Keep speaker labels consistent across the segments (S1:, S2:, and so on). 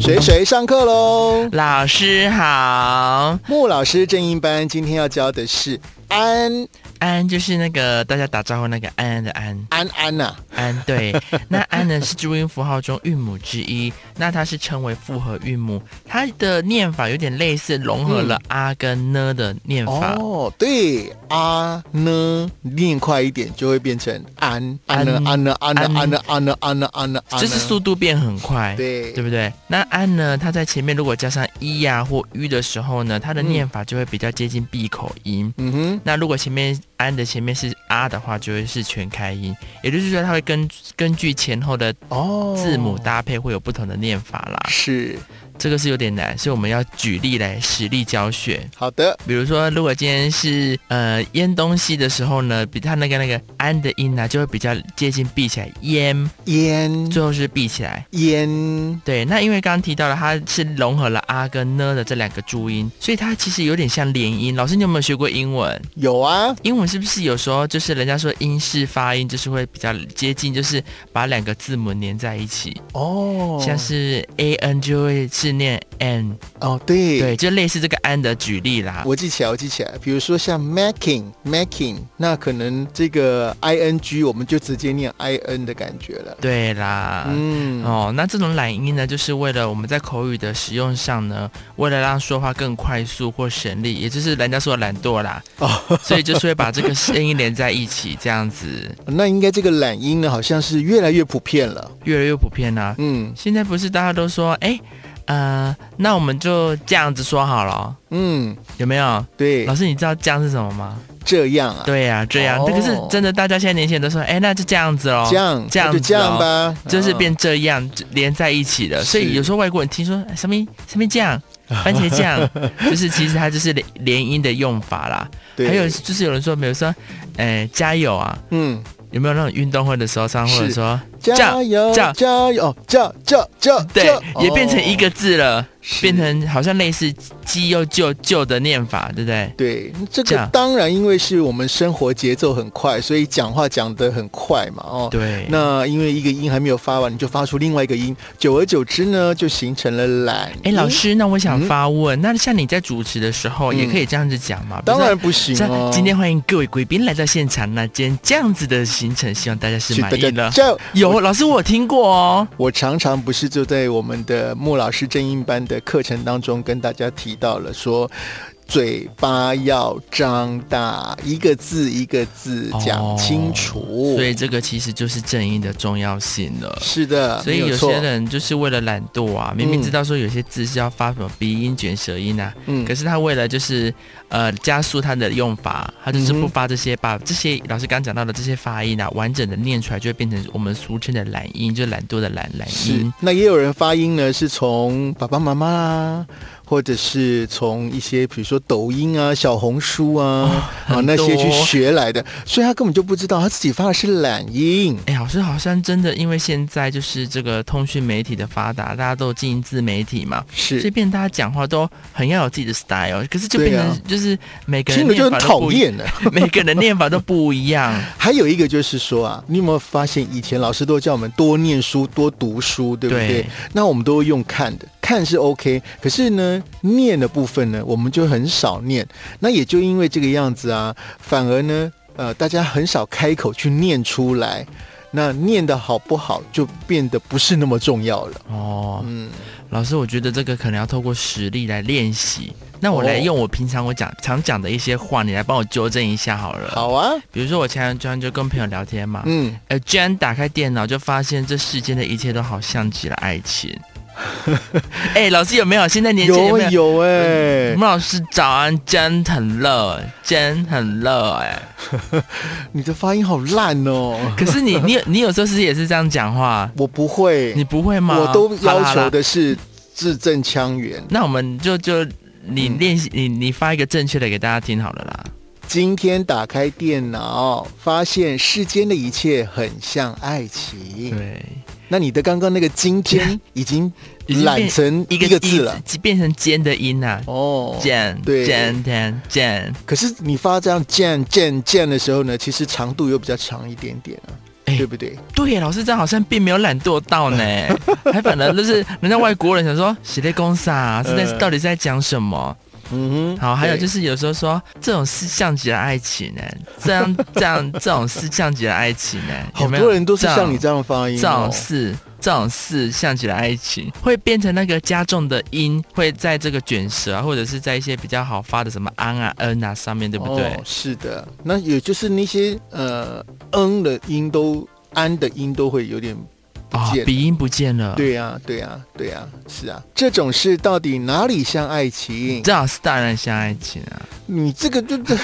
S1: 谁谁上课喽？
S2: 老师好，
S1: 穆老师正音班今天要教的是安
S2: 安就是那个大家打招呼那个安安的安，
S1: 安安啊呐、
S2: 安对，那安呢是注音符号中韵母之一，那它是称为复合韵母，它的念法有点类似融合了啊跟呢的念法。
S1: 嗯哦，对啊呢，念快一点就会变成安安呢安呢安呢安呢安呢安呢安呢，安
S2: 就是速度变很快，
S1: 对
S2: 对不对？那安呢，它在前面如果加上一呀、或 u 的时候呢，它的念法就会比较接近闭口音。
S1: 嗯哼，
S2: 那如果前面安的前面是啊的话，就会是全开音，也就是说它会根根据前后的
S1: 哦，
S2: 字母搭配会有不同的念法啦。
S1: 是
S2: 这个是有点难，所以我们要举例来实例教学。
S1: 好的，
S2: 比如说，如果今天是呃腌东西的时候呢，比它那个那个安的音呢、就会比较接近闭起来，腌
S1: 烟
S2: 最后是闭起来。
S1: 烟
S2: 对，那因为刚刚提到了，它是融合了啊跟呢的这两个注音，所以它其实有点像连音。老师，你有没有学过英文？
S1: 有啊，
S2: 英文是不是有时候就是人家说英式发音就是会比较接近，就是把两个字母连在一起，
S1: 哦，
S2: 像是 a n 就会是念 n，
S1: 哦对嗯
S2: 对，就类似这个 n 的举例啦。
S1: 我记起来，我记起来。比如说像 making making，那可能这个 i n g 我们就直接念 i n 的感觉了。
S2: 对啦。
S1: 嗯，
S2: 哦，那这种懒音呢，就是为了我们在口语的使用上呢，为了让说话更快速或省力，也就是人家说的懒惰啦，
S1: 哦，
S2: 所以就是会把这个声音连在一起，这样子
S1: 那应该这个懒音呢，好像是越来越普遍了。
S2: 越来越普遍啦、啊
S1: 嗯
S2: 现在不是大家都说，哎，呃，那我们就这样子说好了，
S1: 嗯，
S2: 有没有？
S1: 对
S2: 老，师，你知道这样是什么吗？
S1: 这样啊，
S2: 对呀、这样。
S1: 哦
S2: 但可是真的，大家现在年轻人都说，哎，那就这样子喽，
S1: 这样
S2: 这样
S1: 那就这样
S2: 子哦。
S1: 吧，
S2: 就是
S1: 嗯
S2: 变这样连在一起的，
S1: 是
S2: 所以有时候外国人听说哎什么什 么酱、番茄酱，就是其实它就是连连音的用法啦。
S1: 对
S2: 还有就是有人说，比如说，哎，加油啊，
S1: 嗯，
S2: 有没有那种运动会的时候，上或者
S1: 是
S2: 说
S1: 加油
S2: 这样
S1: 加油哦，叫叫叫，
S2: 对
S1: 叫，
S2: 也变成一个
S1: 哦
S2: 字了。
S1: 是
S2: 变成好像类似鸡又旧旧的念法，对不对？
S1: 对，这
S2: 这
S1: 个
S2: 样
S1: 当然因为是我们生活节奏很快，所以讲话讲得很快嘛，哦，
S2: 对那
S1: 那因为一个音还没有发完，你就发出另外一个音，久而久之呢，就形成了懒。
S2: 哎，老，师，那我想
S1: 嗯
S2: 发问，那像你在主持的时候，
S1: 嗯
S2: 也可以这样子讲嘛？
S1: 当然不行
S2: 比如说。
S1: 哦。
S2: 啊像今天欢迎各位贵宾来到现场，那今天这样子的行程，希望大家是
S1: 是
S2: 满意
S1: 大家
S2: 的。
S1: 叫
S2: 有老师，我有听过哦。
S1: 我常常不是就在我们的穆老师正音班的课程当中跟大家提到了说。嘴巴要张大，一个字一个字讲清楚。
S2: 哦所以这个其实就是正音的重要性了。
S1: 是的，
S2: 所以
S1: 啊没
S2: 有
S1: 错嗯
S2: 些，人就是为了懒惰啊，明明知道说有些字是要发什么鼻音卷舌音啊，
S1: 嗯
S2: 可是他为了就是呃加速他的用法，他就是
S1: 嗯
S2: 不
S1: 哼
S2: 发这些，把这些老师刚讲到的这些发音啊，完整的念出来，就会变成我们俗称的懒音，就懒惰的懒懒
S1: 是
S2: 音。，
S1: 那也有人发音呢，是从爸爸妈妈啦，或者是从一些比如说抖音啊、小红书啊、啊
S2: 哦很
S1: 那些去
S2: 多
S1: 学来的，所以他根本就不知道他自己发的是懒音。
S2: 哎，老师好像真的，因为现在就是这个通讯媒体的发达，大家都有经营自媒体嘛，所以
S1: 是，
S2: 变大家讲话都很要有自己的 style，可是就
S1: 对
S2: 变
S1: 啊
S2: 成就是每个人
S1: 听了
S2: 念
S1: 就很
S2: 法都
S1: 讨
S2: 不一，
S1: 厌呢。
S2: 每个人的念法都不 一样。
S1: 还有一个就是说啊，你有没有发现以前老师都叫我们多念书、多读书，对不对？
S2: 对
S1: 那我们都会用看的，看是 OK，可是呢，念的部分呢，我们就很少念。那也就因为这个样子啊，反而呢，呃，大家很少开口去念出来。那念的好不好，就变得不是那么重要了。
S2: 哦，
S1: 嗯，
S2: 老师，我觉得这个可能要透过实力来练习。那我来
S1: 哦
S2: 用我平常我讲常讲的一些话，你来帮我纠正一下好了。，
S1: 好啊，
S2: 比如说我前两天就跟朋友聊天嘛，
S1: 嗯，
S2: 呃，居然打开电脑就发现这世间的一切都好像极了爱情。 哎、老师有没有？现在年轻人有
S1: 有
S2: 没有？
S1: 有哎、
S2: 我们老师早安，真很热，真很热哎、
S1: 你的发音好烂哦，
S2: 可是你你有 你有时候是不是也是这样讲话，
S1: 我不会，
S2: 你不会吗？
S1: 我都
S2: 好
S1: 要
S2: 啦好
S1: 求
S2: 啦
S1: 的是字正腔圆。
S2: 那我们就就你
S1: 嗯
S2: 练习、你你发一个正确的给大家听好了啦。
S1: 今天打开电脑，发现世间的一切很像爱情。
S2: 对，
S1: 那你的刚刚那个今 天已经
S2: 已经变
S1: 懒成一个字了，
S2: 一变成尖的音呐、啊。
S1: 哦。
S2: 尖
S1: 对
S2: 尖尖尖，
S1: 可是你发这样“见见见”的时候呢，其实长度又比较长一点点啊。
S2: 哎
S1: 对不对？
S2: 对，老师这样好像并没有懒惰 到呢，还反而就是人家外国人想说“喜内公傻”是在
S1: 呃
S2: 到底是在讲什么？
S1: 嗯哼
S2: 好，还有就是是有时候说这种是像极了爱情呢，这样 这样这种是像极了爱情呢，
S1: 好
S2: 有没有
S1: 多人都是像你
S2: 这
S1: 这样发音、
S2: 样这
S1: 哦
S2: 种，是这种是像极了爱情，会变成那个加重的音会在这个卷舌啊，或者是在一些比较好发的什么安啊、嗯啊上面，对不对？
S1: 哦？是的，那也就是那些呃嗯的音都安的音都会有点
S2: 啊、
S1: 哦见了
S2: 鼻音不见了。
S1: 对呀、对呀、对呀、是啊，这种事到底哪里像爱情？
S2: 这是当然像爱情啊，
S1: 你这个就这，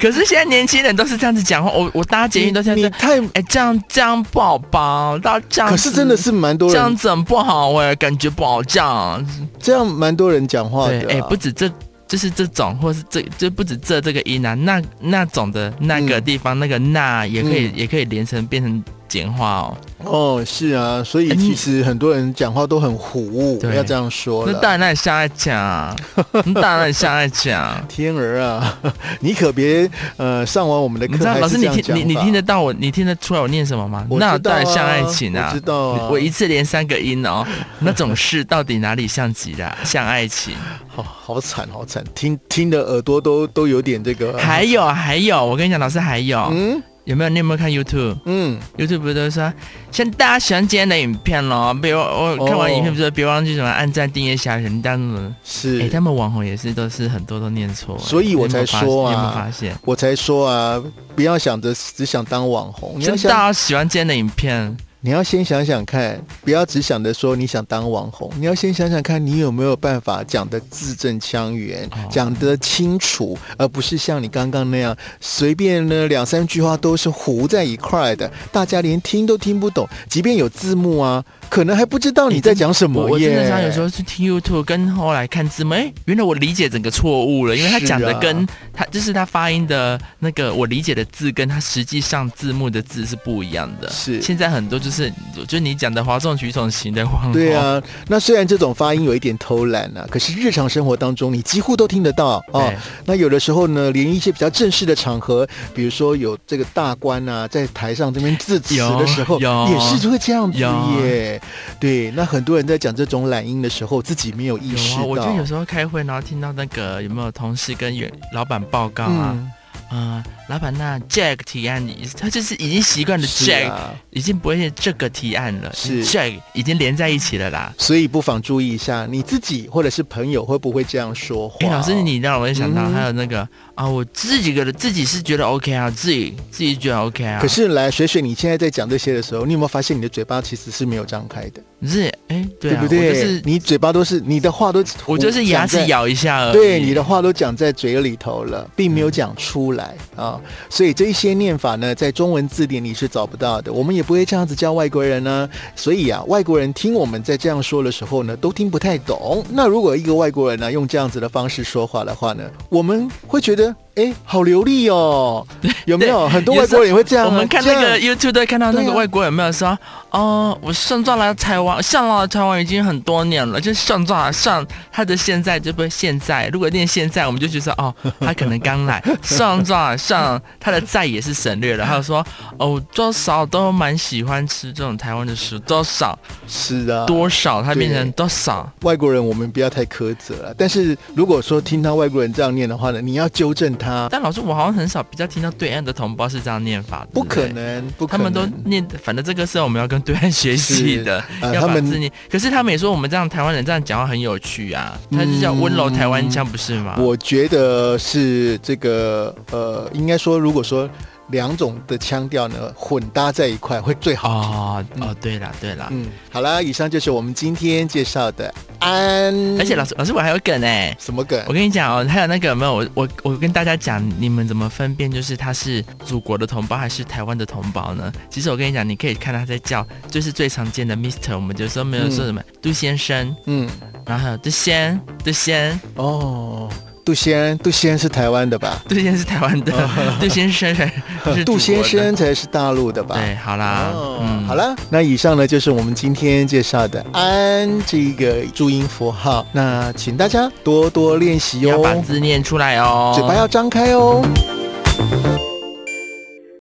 S2: 可是现在年轻人都是这样子讲话，我我搭 捷运都这样
S1: 你
S2: 子，
S1: 太，
S2: 哎、这样这样不好吧？到这
S1: 可
S2: 样子，
S1: 是真的是蛮多
S2: 这样
S1: 人
S2: 子很不好哎、感觉不好这样。
S1: 这样蛮多人讲话的
S2: 对，
S1: 啊、
S2: 哎、不止这。就是这种，或是这就不止这这个音啊，那那种的那个
S1: 嗯
S2: 地方、那个那也可以、
S1: 嗯
S2: 也可以连成变成简化哦。
S1: 哦，是啊，所以
S2: 哎你
S1: 其实很多人讲话都很糊，
S2: 对
S1: 要这样说
S2: 那
S1: 了。
S2: 当然那也像爱讲啊，那当然像 爱讲。
S1: 天儿啊，你可别呃上完我们的
S2: 你知
S1: 课
S2: 道
S1: 还
S2: 老师
S1: 是这
S2: 你
S1: 样
S2: 听
S1: 讲
S2: 你你
S1: 法
S2: 听得到我你听得出来我念什么吗？
S1: 我知道啊
S2: 那当然像爱情啊，
S1: 我知道啊
S2: 我一次连三个 音哦，那种事到底哪里像极了？像爱情？
S1: 好好惨好惨，听听的耳朵都都有点这个。
S2: 还有还有，我跟你讲，老师还有、
S1: 嗯
S2: 有没有？你有没有看 YouTube？YouTube
S1: 嗯，
S2: 不是都说，像大家喜欢今天的影片咯，别忘
S1: 哦
S2: 我看完影片不是别忘记什么按赞、订阅、小铃铛什么的。
S1: 是。
S2: 哎、他们网红也是都是很多都念错，
S1: 嗯所以我才说啊
S2: 你有没有发现？
S1: 我才说啊，不要想着只想当网红，你
S2: 真
S1: 要啊
S2: 的啊
S1: 想
S2: 大家喜欢今天的影片，
S1: 你要先想想看，不要只想着说你想当网红，你要先想想看你有没有办法讲得字正腔圆
S2: 哦，
S1: 讲得清楚，而不是像你刚刚那样随便呢两三句话都是糊在一块儿的，大家连听都听不懂。即便有字幕啊，可能还不知道你在讲什
S2: 我
S1: 么
S2: 我
S1: 耶。
S2: 真的想有时候去听 YouTube，跟后来看字幕，哎、原来我理解整个错误了，因为他
S1: 是
S2: 讲的
S1: 啊
S2: 跟他就是他发音的那个我理解的字，跟他实际上字幕的字是不一样的。
S1: 是
S2: 现在很多就是就你讲的哗众取宠型的网红，
S1: 对，啊，那虽然这种发音有一点偷懒啊，可是日常生活当中你几乎都听得到哦
S2: 对。
S1: 那有的时候呢，连一些比较正式的场合，比如说有这个大官啊，在台上这边致辞
S2: 有
S1: 的时候，
S2: 有
S1: 也是会这样子
S2: 有
S1: 耶。对，那很多人在讲这种懒音的时候，自己没有意
S2: 有
S1: 识
S2: 啊，
S1: 到。
S2: 我就有时候开会，然后听到那个有没有同事跟员老板报告啊，
S1: 嗯，
S2: 嗯、老板那 Jack 提案，他就是已经习惯了
S1: 是
S2: Jack，、
S1: 啊，
S2: 已经不会是这个提案了，
S1: 是
S2: Jack 已经连在一起了啦。
S1: 所以不妨注意一下你自己或者是朋友会不会这样说话
S2: 哎、
S1: 哦。
S2: 老师，你让我也想到
S1: 嗯
S2: 还有那个、啊，我自己个人自己是觉得 OK 啊，自己自己觉得 OK 啊。
S1: 可是来水水，你现在在讲这些的时候，你有没有发现你的嘴巴其实是没有张开的？
S2: 你是哎、对啊，
S1: 不对？
S2: 我就是
S1: 你嘴巴都是你的话都，
S2: 我就是牙齿，咬一下而已。
S1: 对，你的话都讲在嘴里头
S2: 嗯
S1: 了，并没有讲出来啊、所以这一些念法呢，在中文字典里是找不到的，我们也不会这样子教外国人呢、所以啊，外国人听我们在这样说的时候呢，都听不太懂。那如果一个外国人呢、用这样子的方式说话的话呢，我们会觉得哎，好流利哦，有没有？很多外国人也会这样啊、
S2: 我们看那
S1: 这样
S2: 个 YouTube 都会看到那
S1: 对
S2: 个
S1: 啊
S2: 外国有没有说，哦、我上照来台湾，上来台湾已经很多年了，就上照来上他的现在就不是现在，如果念现在，我们就觉得 哦，他可能刚来，上照来上他的在也是省略了，还有说哦，多少都蛮喜欢吃这种台湾的食，多少
S1: 是啊，
S2: 多少，它变成
S1: 对
S2: 多少，
S1: 外国人我们不要太苛责了，但是如果说听到外国人这样念的话呢，你要纠正他，
S2: 但老师我好像很少比较听到对岸的同胞是这样念法的，
S1: 不可
S2: 对对。
S1: 能，不可
S2: 他
S1: 能。
S2: 们都念，反正这个是我们要跟对岸学习
S1: 是
S2: 的，
S1: 呃
S2: 要
S1: 他
S2: 把
S1: 们
S2: 字念。可是他们也说我们这样台湾人这样讲话很有趣啊，他就叫温柔台湾腔，不是吗？
S1: 我觉得是这个呃，应该说，如果说两种的腔调呢混搭在一块会最好听。
S2: 哦哦，对啦对啦，
S1: 嗯，好啦，以上就是我们今天介绍的安，
S2: 而且老师老师我还有梗哎、
S1: 什么梗
S2: 我？跟你讲哦，还有那个有没有？我我我跟大家讲，你们怎么分辨就是他是祖国的同胞还是台湾的同胞呢？其实我跟你讲，你可以看他在叫，就是最常见的 Mister，我们就说没有说什么、杜先生，
S1: 嗯，
S2: 然后还有杜先杜先
S1: 哦，杜先，杜先是台湾的吧？
S2: 杜先是台湾的， 杜先 生是是祖
S1: 哦杜
S2: 国
S1: 先
S2: 的
S1: 生。才是大陆的吧？
S2: 对，好啦，
S1: 哦
S2: 嗯，
S1: 好了，那以上呢就是我们今天介绍的安这个注音符号，那请大家多多练习
S2: 要把
S1: 哦，
S2: 字念出来哦，
S1: 嘴巴要张开哦。